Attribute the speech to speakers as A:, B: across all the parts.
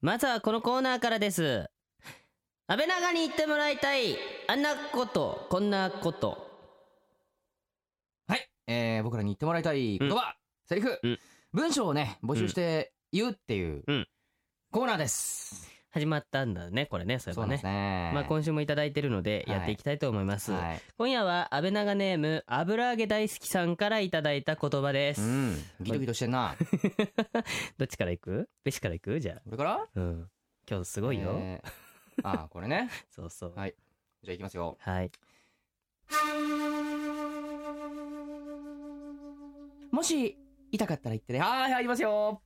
A: まずはこのコーナーからです。安倍長に言ってもらいたい。あんなこと、こんなこと。
B: はい、えー僕らに言ってもらいたい言葉、セリフ、
A: うん
B: 文章をね募集して言うっていう、
A: うん
B: コーナーです。
A: 始まったんだね、これね、そういえ
B: そう
A: ば
B: で
A: ね
B: す。ね。
A: まあ今週もいただいてるので
B: はい
A: やっていきたいと思います。
B: はい、
A: 今夜は安倍長ネーム、油揚げ大好きさんからいただいた言葉で
B: う
A: す。
B: ん、ギトギトしてんな。
A: どっちから行くべしから行くじゃあ。
B: これから？
A: う
B: す
A: ん。今日すごいよ。
B: あー、これね。
A: そうそう。
B: はいじゃあ行きますよ。
A: はい。
B: もし痛かったら言ってね。はーい、はい、行きますよ。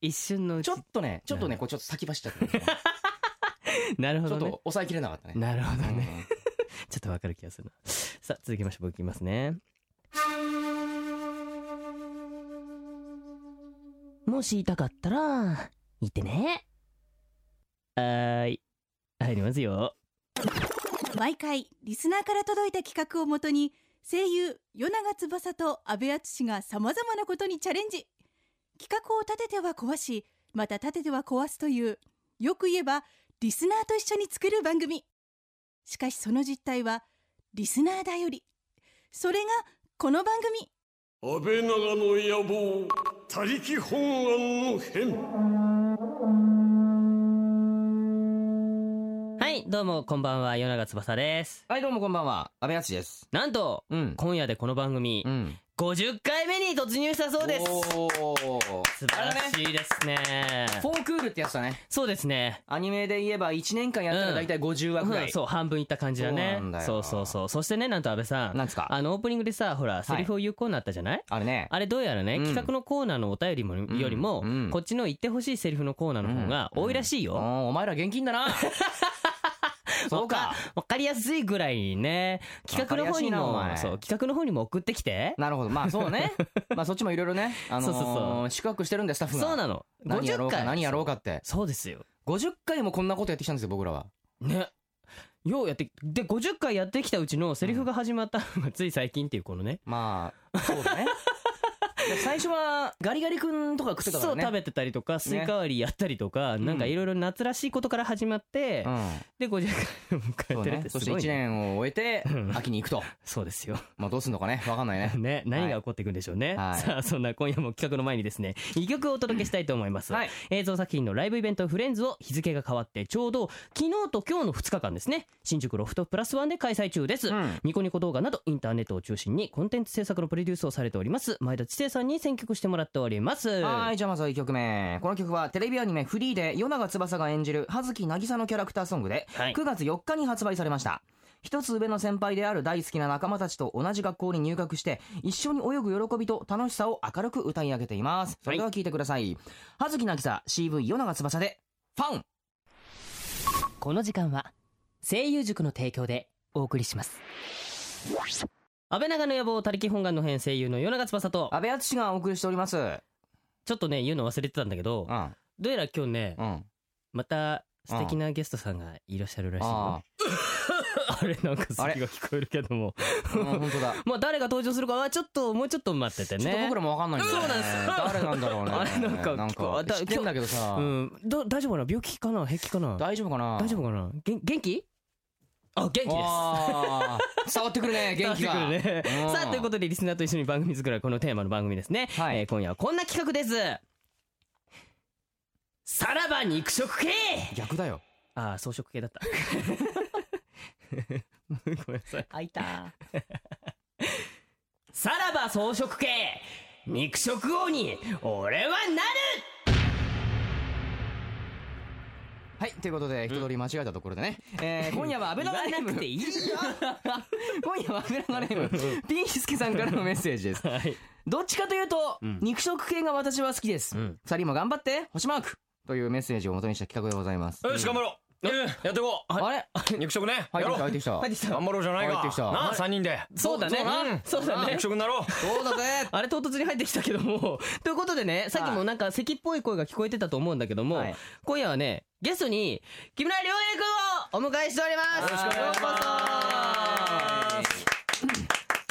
A: 一瞬のう
B: ち
A: ち
B: ょっ。とね、ちょっとね、こうちょっと先走っちゃっ たんですよね。
A: なるほ
B: ちょ
A: ど
B: っ
A: ね。
B: と抑えきれなかったね。
A: なるほどね。
B: うん
A: ちょっとわかる気がするな。さあ、続きまして僕いきますね。もし痛かったら、言ってね。はーい。入りますよ。
C: 毎回リスナーから届いた企画をもとに声優与永翼と阿部淳がさまざまなことにチャレンジ企画を立てては壊しまた立てては壊すというよく言えばリスナーと一緒に作る番組しかしその実態はリスナーだよりそれがこの番組
D: 安倍長の野望他力本願の変
A: はい、どうも、こんばんは、夜長翼です。
B: はい、どうもこんばんは。安倍敦です。
A: なんと、
B: うん。
A: 今夜でこの番組
B: う、ん。
A: 50回目に突入したそうです。
B: おー
A: 素晴らしいですね。
B: フォークールってやつだね。
A: そうですね。
B: アニメで言えば1年間やったら大体50話くらい。
A: うんそう、半分いった感じだね
B: そうなんだ。よ
A: そうそうそう。そしてね、なんと安倍さん、
B: なんですか
A: あの、オープニングでさ、ほら、セリフを言うコーナーあったじゃない
B: あれね。
A: あれどうやらね、
B: うん
A: 企画のコーナーのお便りも
B: ん
A: よりも、
B: うん
A: こっちの言ってほしいセリフのコーナーの方が多いらしいよ。
B: うんお前ら現金 だな。そうか。
A: わかりやすいぐらいにね、企画の方に
B: わ
A: も
B: かりやすいなお前
A: そう企画の方にも送ってきて。
B: なるほど。まあそ うね。まあそっちもいろいろね、あのー
A: そうそうそう
B: 宿泊してるんでスタッフが。
A: そうなの。
B: 何やろう
A: 50
B: か
A: 回
B: 何やろうかって。
A: そうですよ。
B: 50回もこんなことやってきたんですよ僕らは。
A: ね。ようやってで50回やってきたうちのセリフが始まったのが つい最近っていうこのね。
B: まあそ うだね。で最初はガリガリ君とか食ってたか
A: そ
B: ら
A: う
B: ね。
A: 食べてたりとかスイカ割りやったりとか、
B: うん
A: なんかいろいろ夏らしいことから始まって、で50回を迎え
B: うん。そう
A: てるっ
B: ね
A: て。す
B: そして
A: ごい、
B: 1
A: ね、
B: 年を終えて
A: うん
B: 秋に行くと。
A: そうですよ
B: まあどうすんのかね。わかんないね。
A: ね、何が起こっていくんでしょうね、
B: はい
A: さあそんな今夜も企画の前にですね2曲を お届けしたいと思います、
B: はい。
A: 映像作品のライブイベント「フレンズ」を日付が変わってちょうど昨日と今日の2日間ですね新宿ロフトプラスワンで開催中です、
B: うん
A: ニコニコ動画などインターネットを中心にコンテンツ制作のプロデュースをされております前田知世さんに選曲してもらっております
B: はいじゃあまずは1曲目この曲はテレビアニメ「フリーで与永翼が演じる葉月渚のキャラクターソングで
A: はい
B: 9月4日に発売されました一つ上の先輩である大好きな仲間たちと同じ学校に入学して一緒に泳ぐ喜びと楽しさを明るく歌い上げていますそれでは聴いてください葉月渚 CV 与永翼でファン
A: この時間は声優塾の提供でお送りします安倍長の野望他力本願の編声優の与永翼と
B: 安倍敦がお送りしておりますうん
A: ちょっとね言うの忘れてたんだけどどうやら今日ね
B: うん
A: また素敵なゲストさんがいらっしゃるらしいよ
B: あ
A: あれなんか咳が聞こえるけども
B: あ 本当だ
A: まあ誰が登場するかはちょっともうちょっと待ってて
B: ちょっと
A: ね
B: 僕らもわかんないんだよ
A: そ
B: ね
A: うなんです
B: 誰なんだろうね
A: あれなんか
B: なん
A: あ
B: か
A: だ
B: 知ってんだけどさ
A: うんど大丈夫かな病気かな平気かな
B: 大丈夫かな
A: 大丈夫かなげん元気あ元気です
B: わー伝わってくるね元気が
A: 伝わってくるね
B: うん
A: さあということでリスナーと一緒に番組作るこのテーマの番組ですね、
B: はい
A: えー今夜はこんな企画ですさらば肉食系
B: 逆だよ
A: ああ草食系だった ごめんなさい
B: あいた
A: さらば草食系肉食王に俺はなる
B: はいということで人通り間違えたところでね、えー、今夜は油がネー
A: 言わ
B: ム
A: なくていいよ
B: 今夜は油がネームピンヒスケさんからのメッセージです
A: はい
B: どっちかというと、
A: うん
B: 肉食系が私は好きです、
A: う
B: 二
A: ん
B: 人も頑張って星マークというメッセージを元にした企画でございます、
E: よし頑張ろう、うんやっていこ
B: あれ
E: う肉食ねや
B: 入って
E: ろ
B: きた入
E: う
B: ってきた
A: 入ってきた
E: 頑張ろうじゃない
B: 入っ
E: か
B: てきた
E: なあ3人で
A: そうだね
E: ん
A: そうだね
E: 肉食になろう
B: そうだぜ
A: あれ唐突に入ってきたけど もということでねさっきもなんか咳っぽい声が聞こえてたと思うんだけども、
B: はい
A: 今夜はねゲストに木村良平君をお迎えしております
B: よろしくお願いします
A: ようこそ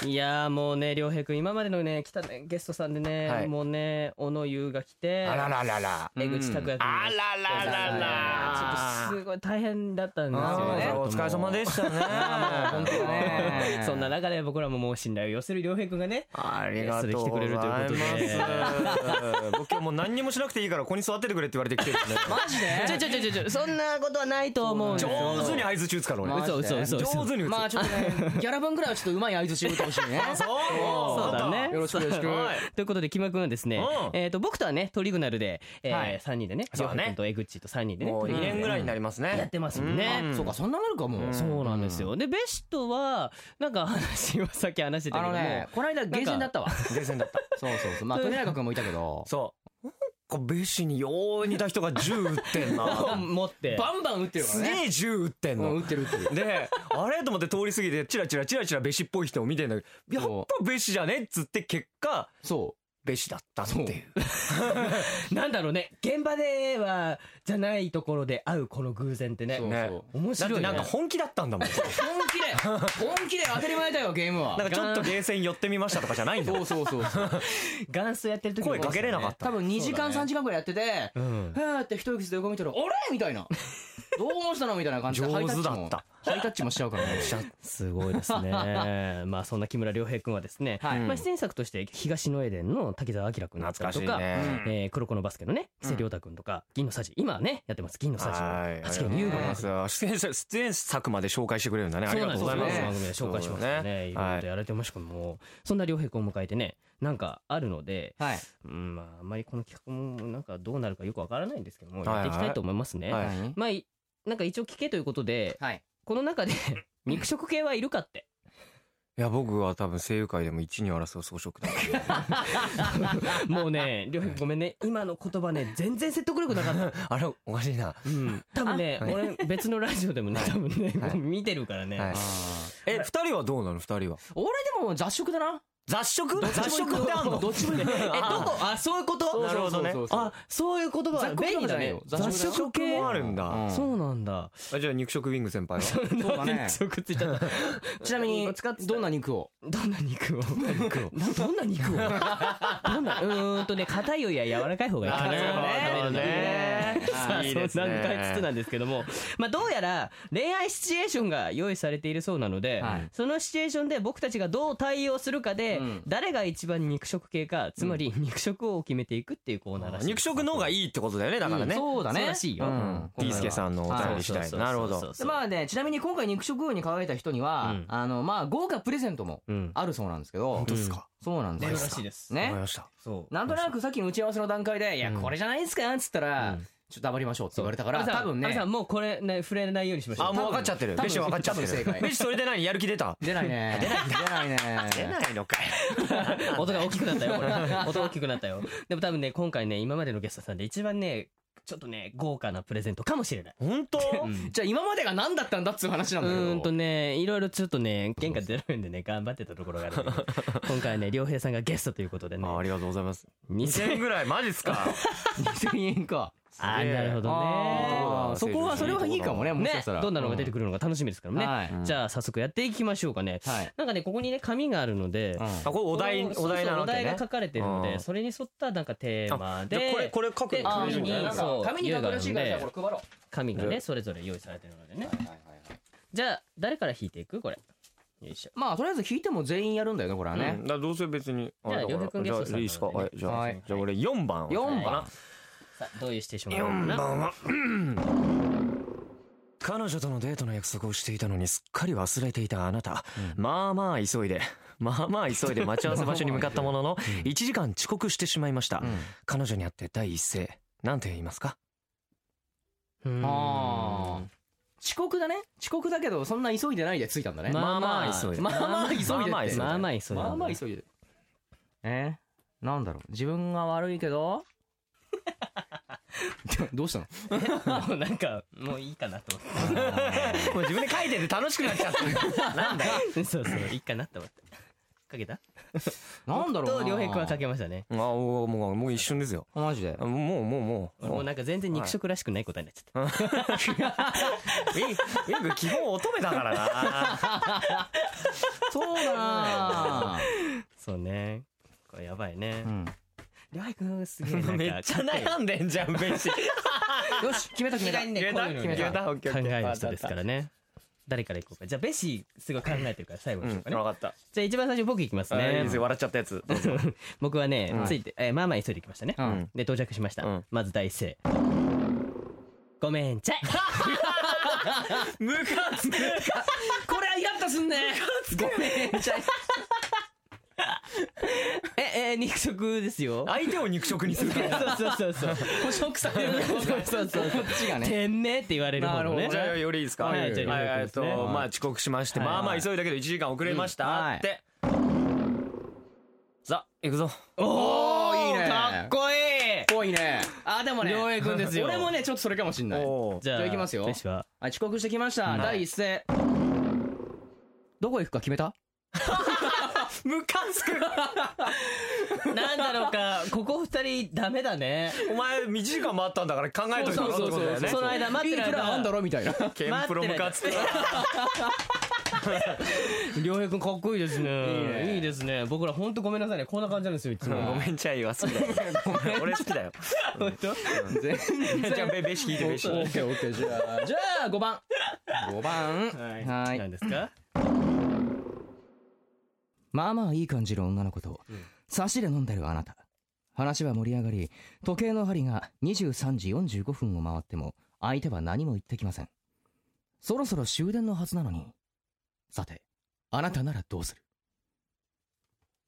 A: いやーもうね良平君今までのね来たねゲストさんでね、
E: はい
A: もうね小野優が来て
E: あらららら。
A: 江口拓也君
E: あららら
A: ちょっ
E: ら
A: とすごい大変だったんですよ
E: あ
A: ね
E: ーお疲れ様でしたね。
B: 本当だ ね
A: そんな中で僕らももう信頼を寄せる良平君がね
E: ありがとうございます。僕今日もう何にもしなくていいからここに座っててくれって言われてきてるんでね。
A: ジでちょちょちょちょちょそんなことはないと思うんですよ
E: 上手に合図中打つから俺。
B: マジで
A: 嘘嘘嘘嘘
E: 上手に打つ。
B: まあちょっとねギャラ分ぐらいはちょっとうまい合図し打ってほしいね
E: そう
A: そうだね
B: よろしくよろしく
E: はい
A: ということで木村君はですね、
E: うん
A: えー、と僕とはねトリグナルで、えー
B: はい
A: 3人でね
E: そう
A: 良
E: だ
A: 平
E: ね
A: 君と江口と3人でね
E: もう
A: トリ
E: 2
A: グナル
E: 年ぐらいになりますね。
A: やってますもんね
E: うん
B: そうかそんななるかもう
A: そうなんですよ、でベストはなんか話はさっき話してた
B: あ
A: けど
B: の
A: も、
B: ねこの間ゲーセンだったわ
E: ゲーセンだった。
B: そうそうそうまあ富永君もいたけど
E: そう。なんかベシによう似た人が銃撃って んな。
A: 持って
B: バンバン打ってるから
E: す
B: ね
E: げえ銃撃ってん
B: うん
E: の
B: 打。ってる打ってる
E: で、あれと思って通り過ぎて、チラチラチラチラベシっぽい人を見てんだけど、やっぱベシじゃねっつって結果、
B: そ
E: ベシだったっていう。
A: なんだろうね現場ではじゃないところで会うこの偶然って
B: う
A: ね
B: そう
E: ね
B: そう
A: 面
E: だっ
A: 白い
E: て
A: ね
E: なんか本気だったんだもん。
B: 本気で本気で当たり前だよゲームは
E: なんかちょっとゲーセン寄ってみましたとかじゃないんだ
B: そうそうそうそう
A: ガンスやってる時も
E: 声かけれなかった
B: 多分2時間3時間ぐらいやってて
A: うん
B: へーって一息で横見たら「あれ?」みたいな「どうしたの?」みたいな感じでハイ
E: 上
B: タッ
E: 手
B: チ
E: だ
B: も
E: った。
B: ハイタッチもしちゃうから ね
A: すごいですねまあそんな木村良平君はですね、
B: はい
A: まあ、出演作として東のエデンの滝沢明君だったりとか、
E: ね
A: えー黒子のバスケのね布施亮太君とか、銀のサジ今はねやってます銀のサジ
E: はい
A: 八木の優吾の役
E: 出演者出演作まで紹介してくれるんだね。ありがとうございます。
A: そうなんですよこの番組で紹介しましたね。いろいろとやられてましたけども、そんな良平君を迎えてね、なんかあるので、
B: はい
A: うん、まあ、あんまりこの企画もなんかどうなるかよくわからないんですけども、
E: はい
A: やっていきたいと思いますね。
E: はい
B: 何
A: まあ、いなんか一応聞けということで、
B: はい
A: この中で 肉食系はいるかって。
E: いや、僕は多分声優界でも1、2を争う装飾だと思う
A: もうね、良平君ごめんね。今の言葉ね、全然説得力なかった。
E: あれ、おかしいな。
A: うん。多分ね、
E: はい
A: 俺別のラジオでもね、多分ね、
E: はい
A: 見てるからね。
E: はいえ、二人はどうなの二人は。
B: 俺でも雑食だな
E: 雑食雑食ってあんの
B: どっちもいい
A: え、どこあ、そういうこと
E: なるほどね
B: そうそうそう
A: あ、そういう言葉
B: 雑
A: は
B: 食
A: 便利だ
B: じゃない
A: ね
B: よ。
A: 雑
B: 雑
A: 食
B: 食
A: 系
E: もあるんだ。
B: うん
A: そうなんだ。
E: あじゃあ肉食ウィング先輩は。
B: そうだね
A: 食ついちゃった。
B: ちなみに
A: 使ってた
B: どんな肉を
A: どんな肉をな どんな肉をどんなうーんとね硬いよりは柔らかい方がいいかな。
E: なるほど
A: 食
E: ね
A: べるのに
E: いいですね
A: そう何回つつなんですけども、まあどうやら恋愛シチュエーションが用意されているそうなので
B: はい、
A: そのシチュエーションで僕たちがどう対応するかで
B: うん、
A: 誰が一番肉食系か、つまり肉食を決めていくっていうコーナーらしい。
E: 肉食の方が
A: いい
E: いいってことだよね、だからね。
B: そうだね
A: そうらしいよ
B: うん
E: ディースケさんのお便りしたい。なるほど。
B: でまあねちなみに今回肉食王に輝いた人に
A: う
B: は、
A: ん
B: あのまあ豪華プレゼントも
A: うん。
B: あるそうなんですけど本
A: 当ですか
B: そうなんです
A: 出るらしいです
E: わかり
B: ね
E: ました。
A: そう。
B: なんとなくさっきの打ち合わせの段階で「いやこれじゃないですか」っつったら、
A: うん
B: ちょっと黙りましょうって言われたから
A: 安倍さん
B: 多分
A: 安倍さ
B: ね
A: んもうこれね触れないようにしましょう。
E: あ、もう分かっちゃってる。
B: 多分
E: ベシ分かっちゃってる
B: 多分正。解
E: ベシそれで何やる気出た
B: 出ないね出ないね
E: 出ないのかい。
A: 音が大きくな ったよ、これ。音大きくなったよ。でも多分ね、今回ね、今までのゲストさんで一番ね、ちょっとね、豪華なプレゼントかもしれない。
E: 本当
A: うん
B: じゃあ今までが何だったんだっつう話な
A: うん
B: だけど
A: ーんとね、いろいろちょっとね、喧嘩出るんでね、頑張ってたところがあるんだけど今回ね、良平さんがゲストということでね、
E: あありがとうございます。2000
A: 2000
E: 円ぐらい、マジっすか。
B: 2000円か
A: あーなるほど
B: あ
A: ね。
B: ーそこはそれはいいかもねもしか
A: ね
B: したら、
A: どんなのが出てくるのか楽しみですからね。
B: はい、
E: うん
A: じゃあ、早速やっていきましょうかね。
B: はい
A: なんかね、ここにね、紙があるので、
B: うん
E: あ、これお題、
A: この
E: お題な
A: そうそう
E: の
A: お
E: で
A: 題
E: ね
A: が。書かれてるの
E: う
A: で、
E: ん
A: それに沿ったなんかテーマ
E: じゃあ
A: で、
E: これ、これ書く
A: で
E: の
A: 紙に
E: 大丈夫だよね
A: そう
B: 紙に書くらしいからじ
A: 家が
B: ゃあ
A: あるんで
B: これ配ろう
A: 紙がねそれぞれ用意されてるのでねじゃあ誰から引いていくこれよいしょ
B: まあとりあえず引いても全員やるんだよねこれは
E: う
B: ね
E: ん、だからどうせ別にあれだ
A: じゃあ両
E: から
A: 方君ゲストさん
E: じゃあいいですか、
A: なの
E: は
A: で
E: いじゃあ、
B: はい
E: じゃあ俺4番
B: 四
A: 番
E: は
A: さあどういうシチュエーションがあるの
E: 4
A: かな
E: 番は彼女とのデートの約束をしていたのにすっかり忘れていたあなた、まあまあ急いで まあまあ急いで 待ち合わせ場所に向かったものの1時間遅刻してしまいました、彼女に会って第一声なんて言いますか
A: うーん
B: あー遅刻だね遅刻だけどそんな急いでないで着いたんだね
A: ま
B: ま
A: あまあ
E: 急いで
B: まあまあ急いでって
E: まあまあ急いで
A: まあまあ急い
B: あ
A: で
B: まあ急いでえーなんだろう自分が悪いけどどうしたの
A: もうなんかもういいかなと思っ
E: もう自分で書いてて楽しくなっちゃってなんだよ
A: てそうそういいかなと思ってかけた
B: なんだろう
A: と
B: な
A: 良平君はかけましたね
E: あもうもうもう一瞬ですよ
B: あマジで
E: もうもうもう
A: もうなんか全然肉食らしくない答えになっちゃっ
E: ウィンウィング基本乙女だからな
B: そうだな
A: そうねこれやばいね
B: うん
A: りょういくんすげえなんか
E: めっちゃ悩んでんじゃんベッ シー
B: よし決めた決めた
E: 決めた決め
B: 決め
E: たオッケーオ
A: 考
E: ッケー
A: える人ですからね誰からいこうかじゃあベッシーすごい考えてるから最後
E: う
A: にし
E: ん
A: ようか
E: 分
A: ね、
E: かった
A: じゃあ一番最初僕いきます
E: あいい
A: ね
E: ですよ笑っちゃったやつどうぞ
A: 僕はね、
E: うん
A: ついて、えーまあまあ急いできましたね、
E: うん
A: で到着しました、
E: うん
A: まず第一声ごめんちゃい
E: ムカつく
A: これはイラッとすんねごめん ちゃいえ、えー肉食ですよ
E: 相手を肉食にするから
A: そうそうそうそう。捕食される方が。そうそうそう。こっち
B: が ね
A: てめえって言われる方のね。
E: じゃあよりいいですか。
A: はいじゃあ
E: はい
A: よりいい
E: え
A: で
E: っ
A: す
E: と
A: ね
E: まあ遅刻しまして、
A: はい
E: まあまあ急いだけど1時間遅れまし
B: うんは
E: た
B: い
E: って。さあ行くぞ。
A: おー
B: いいね
A: かっこいい
B: ぽいね
A: あ、でもね。良平くんですよ。
B: 俺もねちょっとそれかもしんない
E: おー
A: じゃあ、
B: じゃあいきますよ
A: 私は。
B: はい遅刻してきました、
E: はい
B: 第一声どこ行くか決めた
E: ムカつく。
A: なんだろうか、ここ二人ダメだね。
E: お前1時間もあったんだから考えといた
A: そう
E: ら
A: そうそうそう
E: ってことだよ
A: その
E: ね。
A: 間待ってる
B: いいプランあんだろみたいな
E: ケンプロムカつく。
A: 良平くんかっこいいです
B: いい
A: ね。
B: ね
A: いいですね。僕らほんとごめんなさいね。こんな感じなんですよ、いつも。
E: ごめんちゃいは好きだよ。 俺好きだよ。
B: 全然
E: じゃあべべし聞いてべし。
B: オッケーオッケーじゃあじゃあ5番5番
E: はい
B: はい
A: なんですか
B: まあまあいい感じの女の子と、差しで飲んでるあなた。話は盛り上がり、時計の針が23時45分を回っても、相手は何も言ってきません。そろそろ終電のはずなのに。さて、あなたならどうする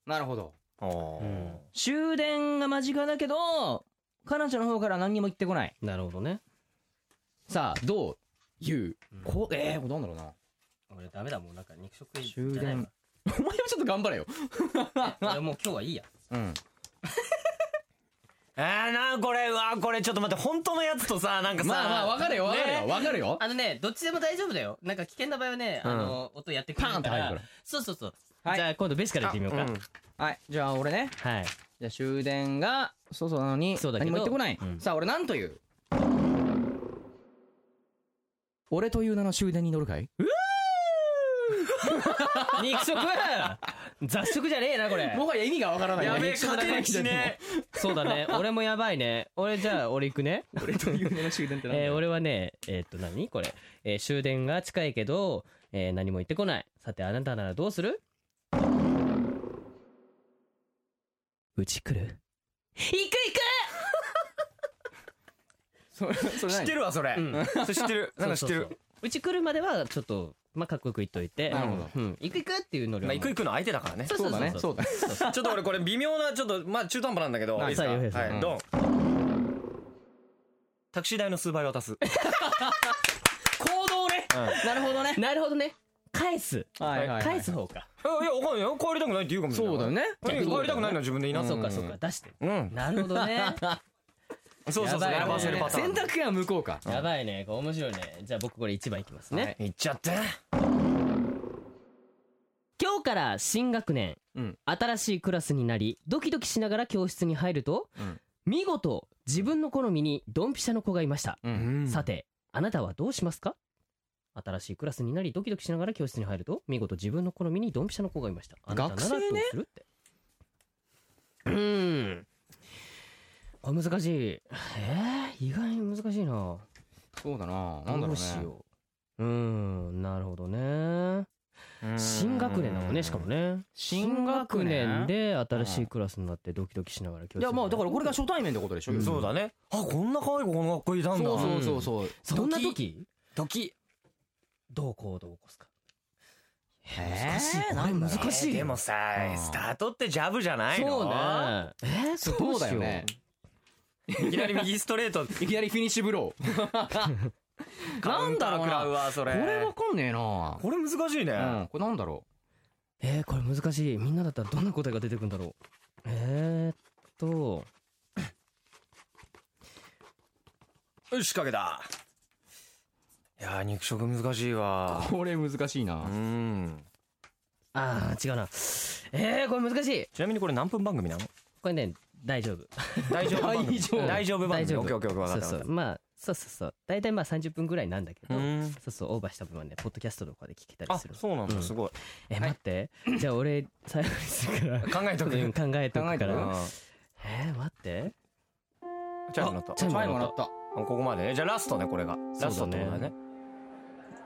B: なるほど。
E: お
A: う
E: ー
A: ん
B: 終電が間近だけど、彼女の方から何にも言ってこない。
A: なるほどね。
B: さあ、どう言う、
A: ん
B: こう、ええー、どうなんだろうな。
A: 俺ダメだもん。なんか肉食
B: じゃないわ。 お前もちょっと頑張れよ。
A: 俺もう今日はいいや。
B: うん。
E: えーなこれうわこれちょっと待って本当のやつとさなんかさ。
B: まあまあ、わかるよ、わかるよ、
E: ね
B: わかるよ。
A: あのね、どっちでも大丈夫だよ。なんか危険な場合はね、
E: うん
A: あの、音やってくれる
B: パンって
A: か
B: 入るからら。
A: そうそうそう。
B: はい
A: じゃあ今度ベシからやってみようか。
E: ん
B: はい、じゃあ俺ね。
A: はい。
B: じゃあ終電がそうそうなのに
A: そうだけど
B: 何も言ってこない、
A: うん
B: さあ俺なんという俺という名の終電に乗るかい
A: 肉 食雑食じゃねえな、これ。
B: はや意味がわからな
E: や べえ
B: 肉食
E: 勝てる気ね。
A: そうだね。俺もやばいね。俺じゃあ、俺行くね。
B: 俺という名の終電ってなんだ
A: えー
B: よ、
A: 俺はね、えーっと何、これ。えー終電が近いけど、えー何も言ってこない。さて、あなたならどうするうち来る行く行
B: そ れそれ
E: 知って
B: る
E: るわそれ。
A: うん
E: それ知ってる。
A: く
E: なんか知って
A: そうそうそう
E: る。
A: うち来るまでは、ちょっと、まあ、かっこよく言っといて。
B: なるほど
A: うん。行く行くっていうの
E: まあ行く行くの相手だからね。
A: そう
B: そうだね
A: そう
B: そうだね
E: ちょっと俺これ微妙なちょっとまあ中途半端なんだけど。いい
A: はい
E: ですか
A: はい
E: は
A: はい
E: いドン。タクシー代の数倍渡す。
B: 行動ね、なるほどね
A: なるほどね。返す。
B: はいはいはい
A: 返す方か。
E: えいやわかんないよ帰りたくないって言うかもしれな
B: そ
E: いう
B: だよね
E: 帰り帰りたくないのは自分で言いな
A: あ、そうか
E: ん
A: そうか。出して。
E: うん
A: なるほど ね。
E: そうそうそう
A: やばいね
E: 選ばせるパター
B: 選
E: ン
B: 択権は向こうか
A: やばいね。これ面白いね。じゃあ僕これ1番いきますね。
B: はい
E: 行っちゃって
A: 今日から新学年、
B: うん
A: 新しいクラスになりドキドキしながら教室に入ると、
B: うん
A: 見事自分の好みにドンピシャの子がいました、
B: うん
A: さてあなたはどうしますか新しいクラスになりドキドキしながら教室に入ると見事自分の好みにドンピシャの子がいましたあなたならどう
B: 学生ね
A: するってうーんこれ難しいえー、意外に難しいな
B: そうだななんだろう、ね、
A: どうしよううーんなるほどね新学年なのねしかもね
B: 新学年
A: で新しいクラスになってドキドキしながら教室
B: いやまあだからこれが
A: そ
B: 初対面ってことでしょ、
E: うんそう
B: だ
E: だねあこんな可愛い子この学校いたんだ
B: そうそうそうそう、
A: んな時
E: ドキ
A: どう行動を起こすか
B: へ
A: 難しいこれ
B: なんだろう
A: 難しいよ
E: でもさ
B: うん
E: スタートってジャブじゃないの
A: えー、
B: そう
A: どし
B: だよね
E: いきなり右ストレート
B: いきなりフィニッシュブロー なんだろうな
E: カウンター食らうわそれ
B: これわかんねえな
E: これ難しいね
B: うん、これなんだろ
A: えー、これ難しいみんなだったらどんな答えが出てくるんだろうえー、っと
E: よしかけたいやー肉食難しいわ
B: う。これ難しいうな。
E: ん
A: あー違うなえー、これ難しい
E: ちなみにこれ何分番組なの
A: これね大丈夫
E: 大丈夫番
B: 大
E: 組
B: 丈夫
E: 大丈夫番組
A: 大丈夫
E: オッケーオッケーオッケー分か
A: そうそ
E: った分
A: う
E: かっ
A: まあそうそうそう大体まあ30分ぐらいなんだけど、
E: うん
A: そうそうオーバーした分はねポッドキャストとかで聞けたり
E: あ
A: するの
E: そうなん
A: う
E: だ
A: ん
E: すごい
A: え待って、じゃあ俺最後にするから
E: 考えとく
A: うん考えと
B: 考
A: く
B: え
A: か
B: とく
A: ら
B: よ
A: えー、待って
E: チャイム鳴った
A: チャイム
B: 前
A: 鳴
B: も
A: っ
B: ら
A: た
B: った
E: ここまでねじゃあラストねこれがラストってことだ
A: そうだ
E: ね
A: ね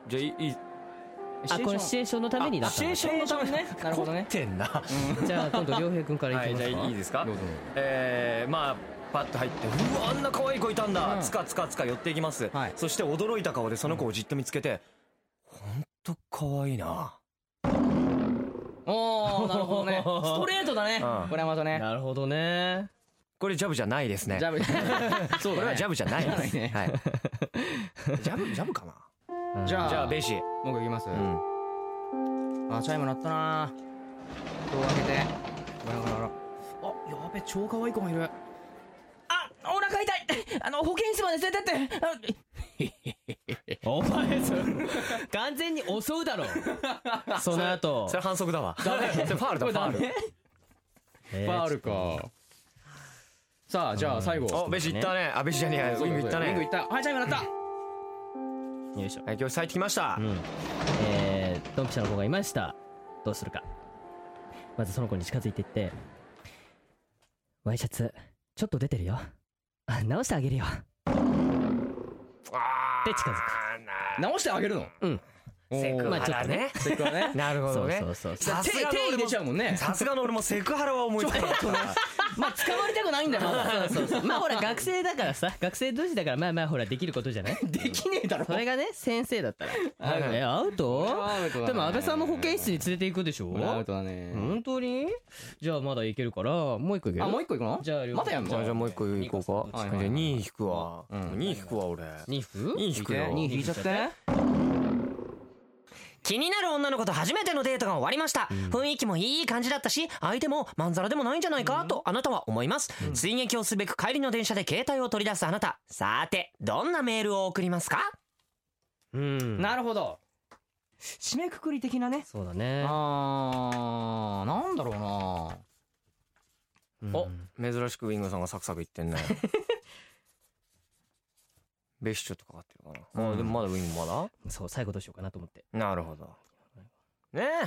E: じゃあいい
A: あこれシチュエーションのためにだ
E: あ
A: っ
E: シ
A: た
E: チュエ
A: の
E: ーションのためね
B: なるほどね
E: 凝ってんな
A: じゃあ今度良平君から
E: はい
A: き
E: い
A: ま
E: じ
A: すか、
E: ゃあいいですか
B: どうぞ
E: えー、まあパッと入ってうわあんな可愛い子いたんだ、
B: うん
E: つかつかつか寄っていきます、
B: はい
E: そして驚いた顔でその子をじっと見つけて、ほんと可愛いな
B: おーなるほどねストレートだね
E: うん
B: これはまたね
A: なるほどね
E: これジャブじゃないですね
B: ジャブそう
E: これ
B: だ
E: は
B: ね
E: ジャブじゃないです
B: じゃないね
E: はい、ジャブジャブかな
B: じゃあ
E: じゃあベイシー、
B: 僕いきます
E: うん
B: あチャイム鳴ったな戸を開けてほらほらほらあやべ超可愛い子がいるあお腹痛いあの保健室まで連れてって
A: お前それ完全に襲うだろその後
E: それ反則だわダメそれファールだファール
A: えー
B: あるかさあじゃあ最後
E: おベイシーいったねあベイシーじゃねえウ
B: そう
E: ィ
B: だ
E: ングいった
B: ウィングい
E: ね
B: ったはいチャイム鳴った
A: よいしょ
E: はい今日咲いてきました、
A: うんえー、ドンピシャの子がいましたどうするかまずその子に近づいていってワイシャツちょっと出てるよあ直してあげるよ
E: あー
A: で近づく
B: 直してあげるの
A: うん
B: おー
E: セク
A: まあ
E: ハ
A: ちょっ
E: ラ
A: と
E: ね
A: ね
B: せっかくね
E: なるほどね
A: そうそうそう
B: 手
E: さすがの
B: 手
E: 俺も
B: 入れちゃうもんね
E: さすがの俺もセクハラは思いつかなかったな
B: まあ捕まりたくないんだよまだ
A: そうそうまあほら学生だからさ学生同士だからまあまあほらできることじゃない
B: できねえだろ
A: それがね先生だったら
E: はい
A: えアウト
B: で
A: でも安倍さんも保健室に連れて行くでしょ
B: アウトだね
A: 本当にじゃあまだいけるからもう一個いける
B: あもう一個いくの
A: じゃあ両方
B: まだやんの
E: じゃあじゃあもう一個行こうか。
B: はい
E: じゃあ2引くわ。
B: うん
E: 2引くわ俺。
A: 二歩
E: 2引くよ。
B: 引いちゃって
E: 気になる女の子と初めてのデートが終わりました、雰囲気もいい感じだったし相手もまんざらでもないんじゃないかとあなたは思います、追撃をすべく帰りの電車で携帯を取り出すあなたさてどんなメールを送りますか
A: うん
B: なるほど締めくくり的なね
A: そうだね
B: あーなんだろうな
A: うん
E: 珍しくウィングさんがサクサクいってん ねベシちょっとかかってるかな、あでもまだウィングまだ
A: そう最後どうしようかなと思って
E: なるほどねえ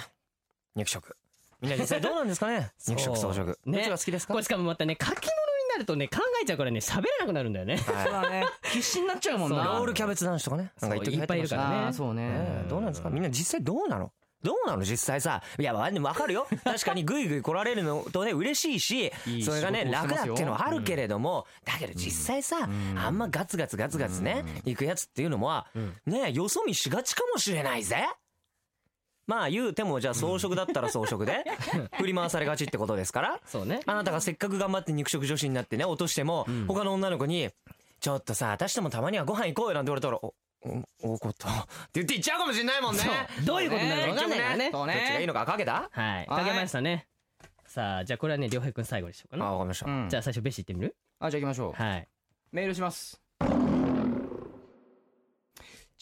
E: 肉食みんな実際どうなんですか ね肉食草食
A: ね
E: どっちが好きですか
A: これしかもまたね書き物になるとね考えちゃうからね喋れなくなるんだよね
E: はい
B: そうだね 必死になっちゃうもん
E: ロ
B: な
E: ールキャベツ男子とかねなんか一時
A: そういっぱいいる
E: 流行てましたね
A: らね
B: あーそうね
E: ねえどうなんですかみんな実際どうなのどうなの実際さいやわでもわか るよ確かにグイグイ来られるのとね嬉しいし
B: いい
E: それがね
B: 仕事をして
E: 楽
B: ま
E: だっ
B: す
E: て
B: よ
E: いうのはあるけれども、だけど実際さ、
B: うん
E: あんまガツガツガツガツね、行くやつっていうのは、ねよそ見しがちかもしれないぜまあ言うてもじゃあ装飾だったら装飾 で振り回されがちってことですから
A: そうね
E: あなたがせっかく頑張って肉食女子になってね落としても、他の女の子に「ちょっとさ私ともたまにはご飯行こうよ」なんて言われたら「おおおこと」って言って行っちゃうかもしれないもんね。
A: どういうことになるか分かんないからね
B: そ
E: ど
B: う
E: っちがいい
B: ね
E: のかかけた
A: はいかけましたねさあじゃあこれはね良平くん最後にしようか
E: あ
A: な
E: わかりました、
B: うん
A: じゃあ最初ベシ行ってみる
B: あじゃあ行きましょう
A: はい
B: メールしますちょっ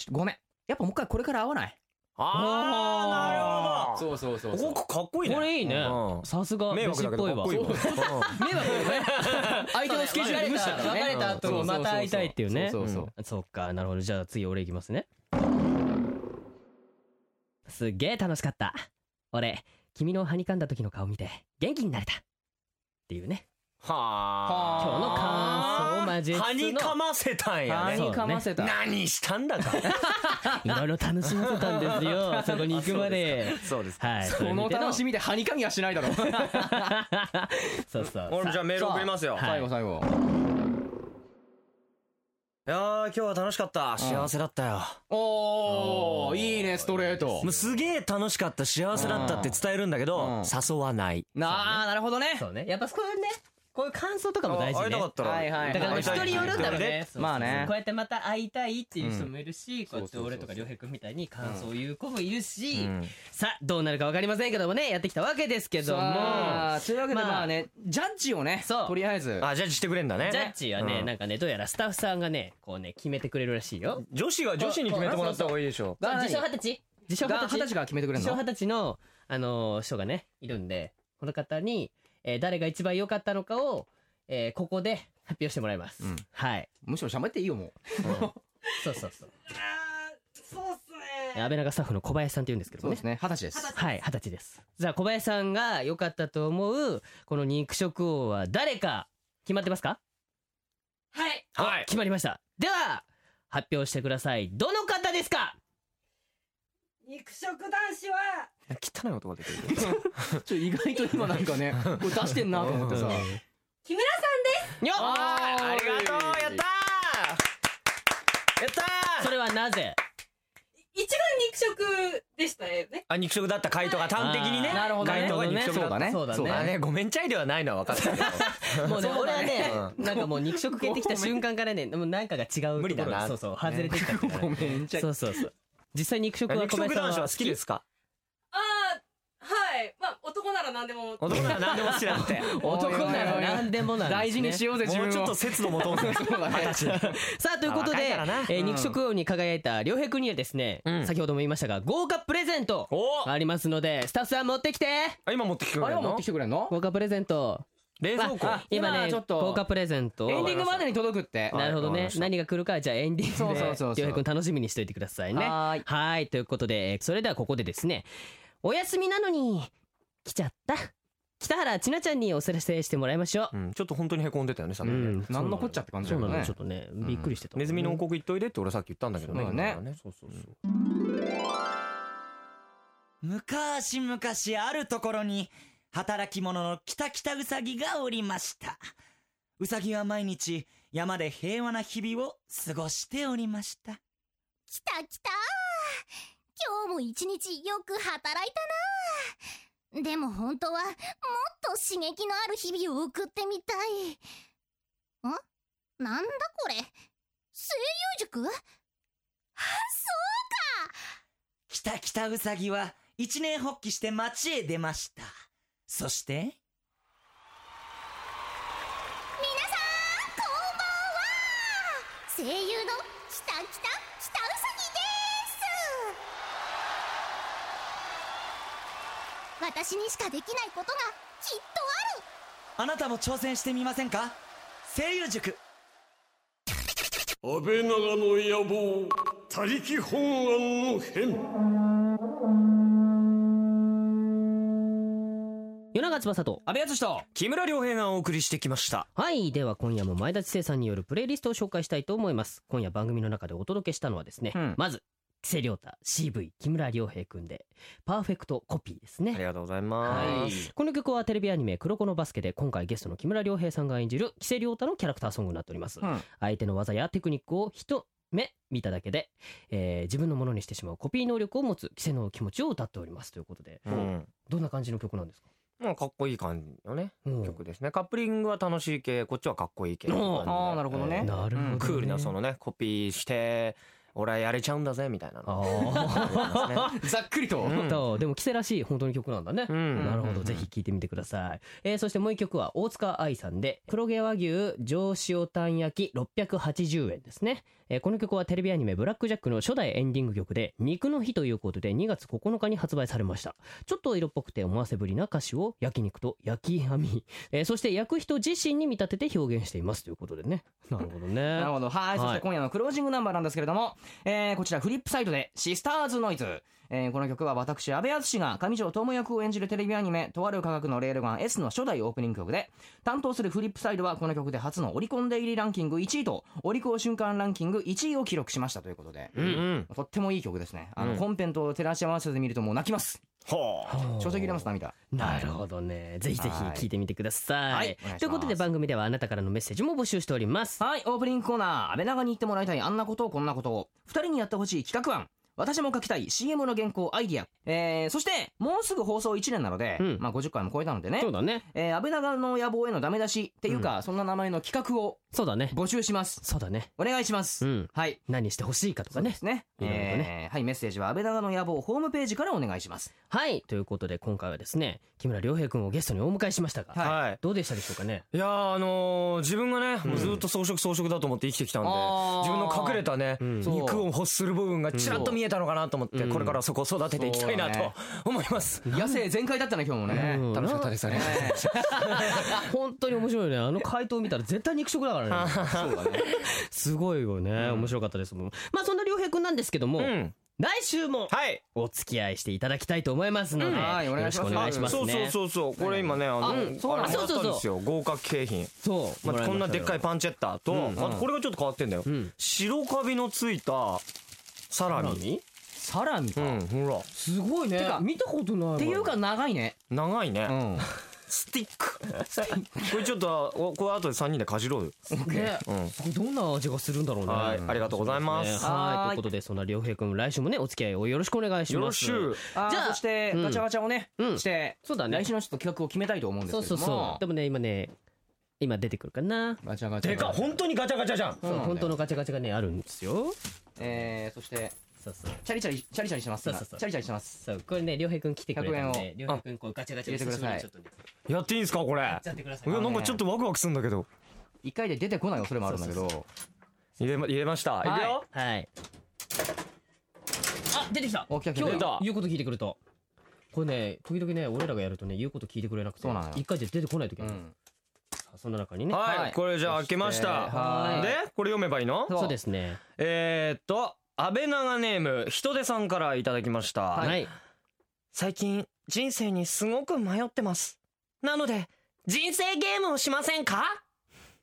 B: とごめんやっぱもう一回これから会わない
E: ああなる
B: そうそうそ
E: ほど
B: そう
E: ここかっこいいね
A: これいいね
E: うん
A: さすが
E: 迷
A: ベ
E: 惑
A: シっ
E: だけ
A: ぽ
E: どか
A: い
E: っ
A: わ
E: こいいわ
B: 迷惑だよね相手のスケジュール無視だからね
A: 別れた後にまた会いたいっていうね
B: そうそうそう
A: そっかなるほどじゃあ次俺行きますねすっげえ楽しかった俺君のはにかんだ時の顔見て元気になれたっていうね
E: はあ
A: 今日の感想を交えつつの
E: はにかませたんや
B: 歯
E: ね
A: そう
B: にかませた
E: 何したんだか
A: いろいろ楽しませたんですよ そこに行くまで
E: そうです
A: はい
B: その楽 し
A: み
B: みで歯にかみはしないだろ
A: そうそう
E: 俺もじゃ
A: さ
E: あメール送りますよ、
A: さあはい
B: 最後最後
E: いやー今日は楽しかった幸せだったよ、
B: おーいいねストレート
E: もうすげえ楽しかった幸せだったって伝えるんだけ
B: うん
E: ど誘わない
B: なあなるほどね
A: そうねやっぱそこはねこういう感想とかも大事
E: 会い
A: ね
E: たかったら
B: はいはい
A: だからまあ
E: 会いたい
A: 人によるんだろうねそうそうそう
B: まあね
A: こうやってまた会いたいっていう人もいるしこうやって
B: そうそうそ
A: 俺
B: う
A: とか良平君みたいに感想を言う子もいるし
E: うん
A: さあどうなるか分かりませんけどもねやってきたわけですけども
B: さあというわけで
A: まあ
B: まあねジャッジをね
A: そう
B: とりあえず
E: あジャッジしてくれんだね
A: ジャッジはね
E: うん
A: なんかねどうやらスタッフさんがねこうね決めてくれるらしいよ
E: 女子は女子に決めてもらった方がいいでしょ
B: が
A: 自称二十歳自称
B: が
A: 二
B: 二
A: 十歳
B: 十歳が決めてくれる
A: 自称
B: の
A: 二十歳の、あのー人がねいるんでこの方に、えー誰が一番良かったのかを、えーここで発表してもらいます。
B: うん
A: はい。
B: むしろ喋っていいよも
A: そうそうそう。
F: そうっすね。
A: 安倍長スタッフの小林さんって言うんですけ
B: う
A: ど
B: そう
A: ね
B: で。すね二十歳です
A: はい、二十歳です。じゃあ小林さんが良かったと思う、この肉食王は誰か、決まってますか
F: はい。
E: はい
A: 決まりました。では、発表してください。どの方ですか
F: 肉食男子は、
E: 汚い音が出てる
B: ちょ意外と今なんかねこれ出してんなと思ってさ
F: 木村さ
A: よっ
E: ありがとうやったーやったー
A: それはなぜ
F: ん、一番肉食でしたよね。
E: あ肉食だった回答が端的にね
A: あーなるほどね
E: 回答が肉食だった
B: なるほ
A: どね
E: そ
A: そ
E: うだ
A: うだ
E: ねごめんちゃいではないのは分かったけど
A: もうね、俺はね、なんかもう肉食系ってきた
B: ごめん
A: 瞬間からね、もうなんかが違うところに
E: 無理だな
A: そうそう、外れてきたから
B: ごめんちゃい
A: そうそうそう。実際肉食は
E: 肉
A: 小
E: 食
A: 林さん
E: 男子
A: は
E: は好きですか
F: ああ、はい。まあ、男なら何でも。
E: 男なら何でも好きだって
A: 男な
B: おいおいお
A: ら
B: い
A: 何でもなんです、ね、
B: 大事にしようぜ自
E: も
B: 分を
E: うちょっと節度持とうぜ
B: そうだね
A: さあということで
E: まあ若いからな、
A: えー
B: うん
A: 肉食王に輝いた良平君にはですね、
E: うん
A: 先ほども言いましたが豪華プレゼント
E: お
A: ありますのでスタッフさん持ってきて
E: あ今持ってきてく
B: あ
E: れ
B: れは
E: る
B: 持っ
E: の
B: てきてくれんの
A: 豪華プレゼント
E: 冷蔵庫
B: ああ
A: 今
B: 今
A: ね
B: ちょっと
A: 豪華プレゼント
B: エンディングまでに届くって
E: あ
A: なるほど
E: わかり
A: ね
E: ました
A: 何が来るかはじゃあエンディングで
B: そうそうそうそう
A: 良平君楽しみにしておいてくださいね
B: はーい
A: はいということでえーそれではここでですねお休みなのに来ちゃった北原千奈ちゃんにお知らせしてもらいましょ
E: うんちょっと本当にへこんでたよねさっき
A: う
E: ね
A: ん
B: なんのこっちゃって感
A: う
B: じだ
A: そう
B: よ
A: なの
B: ね
A: よちょっとねびっくりしてた
E: ネズミの王国行っといでって俺さっき言ったんだけどね
B: そうだね
E: 今からそうそうそう
G: 昔々あるところに働き者のキタキタウサギがおりました。ウサギは毎日山で平和な日々を過ごしておりました。
H: 来た来た今日も一日よく働いたなでも本当はもっと刺激のある日々を送ってみたい。んなんだこれ声優塾
G: キタキタウサギは一年発起して町へ出ました。そして、
H: 声優のきたきたきたうさぎです私にしかできないことがきっとある
G: あなたも挑戦してみませんか声優塾。
D: 安倍長の野望他力本願の変
A: 夜長翼と
B: 阿部淳と
E: 木村良平がお送りしてきました
A: はいでは今夜も前田知世さんによるプレイリストを紹介したいと思います今夜番組の中でお届けしたのはですね、
B: うん
A: まず木瀬亮太 CV 木村良平くんでパーフェクトコピーです
E: あり
A: ね
E: がとうございま
A: は
E: す
A: この曲はテレビアニメ「黒子のバスケ」で今回ゲストの木村良平さんが演じる木瀬亮太のキャラクターソングになっております、
B: うん
A: 相手の技やテクニックを一目見ただけで、えー自分のものにしてしまうコピー能力を持つ木瀬の気持ちを歌っておりますということで、
E: うん
A: どんな感じの曲なんですか、
E: まあかっこいい感じのね
A: うん
E: 曲ですねカップリングは楽しい系こっちはかっこいい系って感じで
B: あーなるほどね
A: なるほどね、
B: うん
E: クールなそのねコピーして俺はやれちゃうんだぜみたいなの
A: あー
B: ざっくりと、
E: うん
A: そうでもキセらしい本当に曲なんだね、
E: うん
A: なるほ
B: うんうん
A: ど、
B: うん
A: ぜひ聴いてみてください、えーそしてもう一曲は大塚愛さんで黒毛和牛上塩たん焼き680円ですね、えーこの曲はテレビアニメ「ブラック・ジャック」の初代エンディング曲で「肉の日」ということで2月9日に発売されましたちょっと色っぽくて思わせぶりな歌詞を焼肉と焼き網、えーそして焼く人自身に見立てて表現していますということでねなるほどね
B: なるほど。はい。そし
A: は
B: て
A: い
B: 今夜のクロージングナンバーなんですけれども、えーこちらフリップサイトで、シスターズノイズ。えーこの曲は私、安部淳が上条智役を演じるテレビアニメ、とある科学のレールガン S の初代オープニング曲で、担当するフリップサイドはこの曲で初のオリコンデイリーランキング1位と、オリコン瞬間ランキング1位を記録しましたということで。
E: うん
B: とってもいい曲ですね。あの、
E: うん
B: 本編と照らし合わせてみるともう泣きます。
E: ほう
B: 正直入れます、涙。
A: なるほどね。ぜひぜひ聞いてみてくださ
B: はい
A: い。
B: はいお願いします
A: ということで番組ではあなたからのメッセージも募集しております。
B: はい、オープニングコーナー、安倍長に言ってもらいたいあんなことをこんなことを、二人にやってほしい企画案、私も書きたい CM の原稿、アイディア、えー、そして、もうすぐ放送1年なので、
A: うん
B: まあ50回も超えたのでね
A: そう、だね。
B: えー、安倍長の野望へのダメ出しっていうか、そんな名前の企画を
A: そうだね
B: 募集します。
A: そうだね
B: お願いします。
A: うん
B: はい。
A: 何してほしいかとか
B: そうで
A: ね
B: すね。
A: いろいろと
B: えーはい、メッセージは安倍長の野望ホームページからお願いします。
A: はいということで今回はですね木村良平君をゲストにお迎えしましたが、
B: はい
E: はい。
A: どうでしたでしょうかね
E: いやーあのー自分がね、もうずっと装飾装飾だと思って生きてきたんで、自分の隠れたね、
A: ん
B: そう
E: 肉を欲する部分がちらっと見えたのかなと思って、
A: うん
E: これからそこを育てていきたいな
B: そうだ
E: と
B: ね
E: 思います。
B: 野生全開だったね、今日もね。
A: うん
E: 楽しかったです、あれ。
A: 本当に面白いねあの回答見たら絶対肉食だからね
B: そうだね。
A: すごいよね面白かったですもんまあそんな良平君なんですけども、
E: うん。
A: 来週も
E: はい。
A: お付き合いしていただきたいと思いますので、
B: うんはいお
A: よ
B: 願
A: ろ
B: いし
A: し
B: ま
A: くお
B: す
A: 願いしますね
E: そうそうそうそう。これ今ね、あの、あれ
A: そうなんだ
E: もらったんですよ。豪華景品。
A: そう
E: まあ、こんなでっかい
A: ン
E: パンチェッタと、あとこれがちょっと変わってんだよ、
A: ん
E: 白カビのついたサラミ
B: サラミ
E: う
B: か。っ
E: んほら
A: すごいね
B: てか
A: 見たことない
B: ていうか長いね。
E: 長いね、
B: ん。
E: スティックこれちょっとおこれ後で3人でかじろうよ、
A: ね
E: うん
A: すごいどんな味がするんだろうね
E: はいありがとうございます
A: ね
B: は
A: はいいということでそんな良平君来週もねお付き合いをよろしくお願いし
E: よ
A: ま
E: ろ
A: す
E: しゅ
B: あー
A: じゃあ
B: そして、
A: うん
B: ガチャガチャをね、
A: うん
B: して、
A: そうだね
B: 来週のちょっと企画を決めたいと思うんです
A: そう
B: けど
A: そう
B: も。
A: そうでもね今ね今出てくるかな
B: ガチャガチャ。
E: でかっ本当にガチャガチャじゃん
B: そうなんだよ
A: 本当のガチャガチャがねあるんですよ
B: えー、そして、
A: そうそう
B: チャリチャリ、チャリチャリしてます。
A: そう
B: 今
A: そう
B: チ
A: そう
B: ャリチャリしてます。
A: そうこれね良平君来てくれたん
B: 100円
A: で良平君こうガチャガチャ
B: 入れてくださ
A: 久しぶりに
B: い
A: ちょっとね
E: やっていいんですかこれ
A: やっちゃってください
E: いや
A: ね
E: なんかちょっとワクワクするんだけど
B: 一回で出てこない恐れもあるんだけど。
E: 入れま入れました、
B: い
E: い、くよ
A: はいあ出てきた
B: お来た来た
A: 今
B: 出
A: 日
B: た
A: 言うこと聞いてくるとこれね時々ね俺らがやるとね言うこと聞いてくれなくて
B: そうなのよ
A: 一回で出てこない時
B: う
A: ある
B: ん。
A: そんな中にね
E: はい、
B: はい
E: これじゃあ開けました
B: そしてはい
E: でこれ読めばいいの
B: そう
A: そうですね
E: えー、っと安倍長ネームひとでさんからいただきました、
A: はい
E: 最近人生にすごく迷ってますなので人生ゲームをしませんか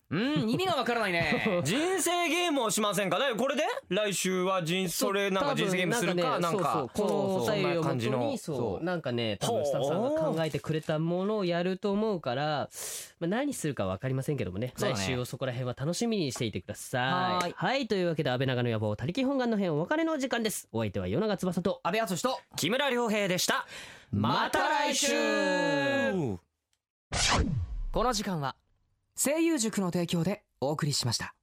B: うん、意味がわからない ね。
E: 人生ゲームをしませんかねこれで来週は人それなんか人生ゲームするかな
A: そ
E: んか
A: うそうこのお
E: そん
A: 便り
E: な
A: をも
E: 感
A: と
E: じの
A: に
B: そ
A: そううなんかね多
E: ほう
A: 分スタッフさんが考えてくれたものをやると思うからまあ何するかわかりませんけどもね
B: そうだ
A: 来
B: ね
A: 週をそこら辺は楽しみにしていてくださ
B: はい
A: いはいというわけで安倍長の野望他力本願の編お別れの時間ですお相手は与永翼と
B: 安倍敦史と、
E: 木村良平でした
A: また来週
B: この時間は、声優塾の提供でお送りしました。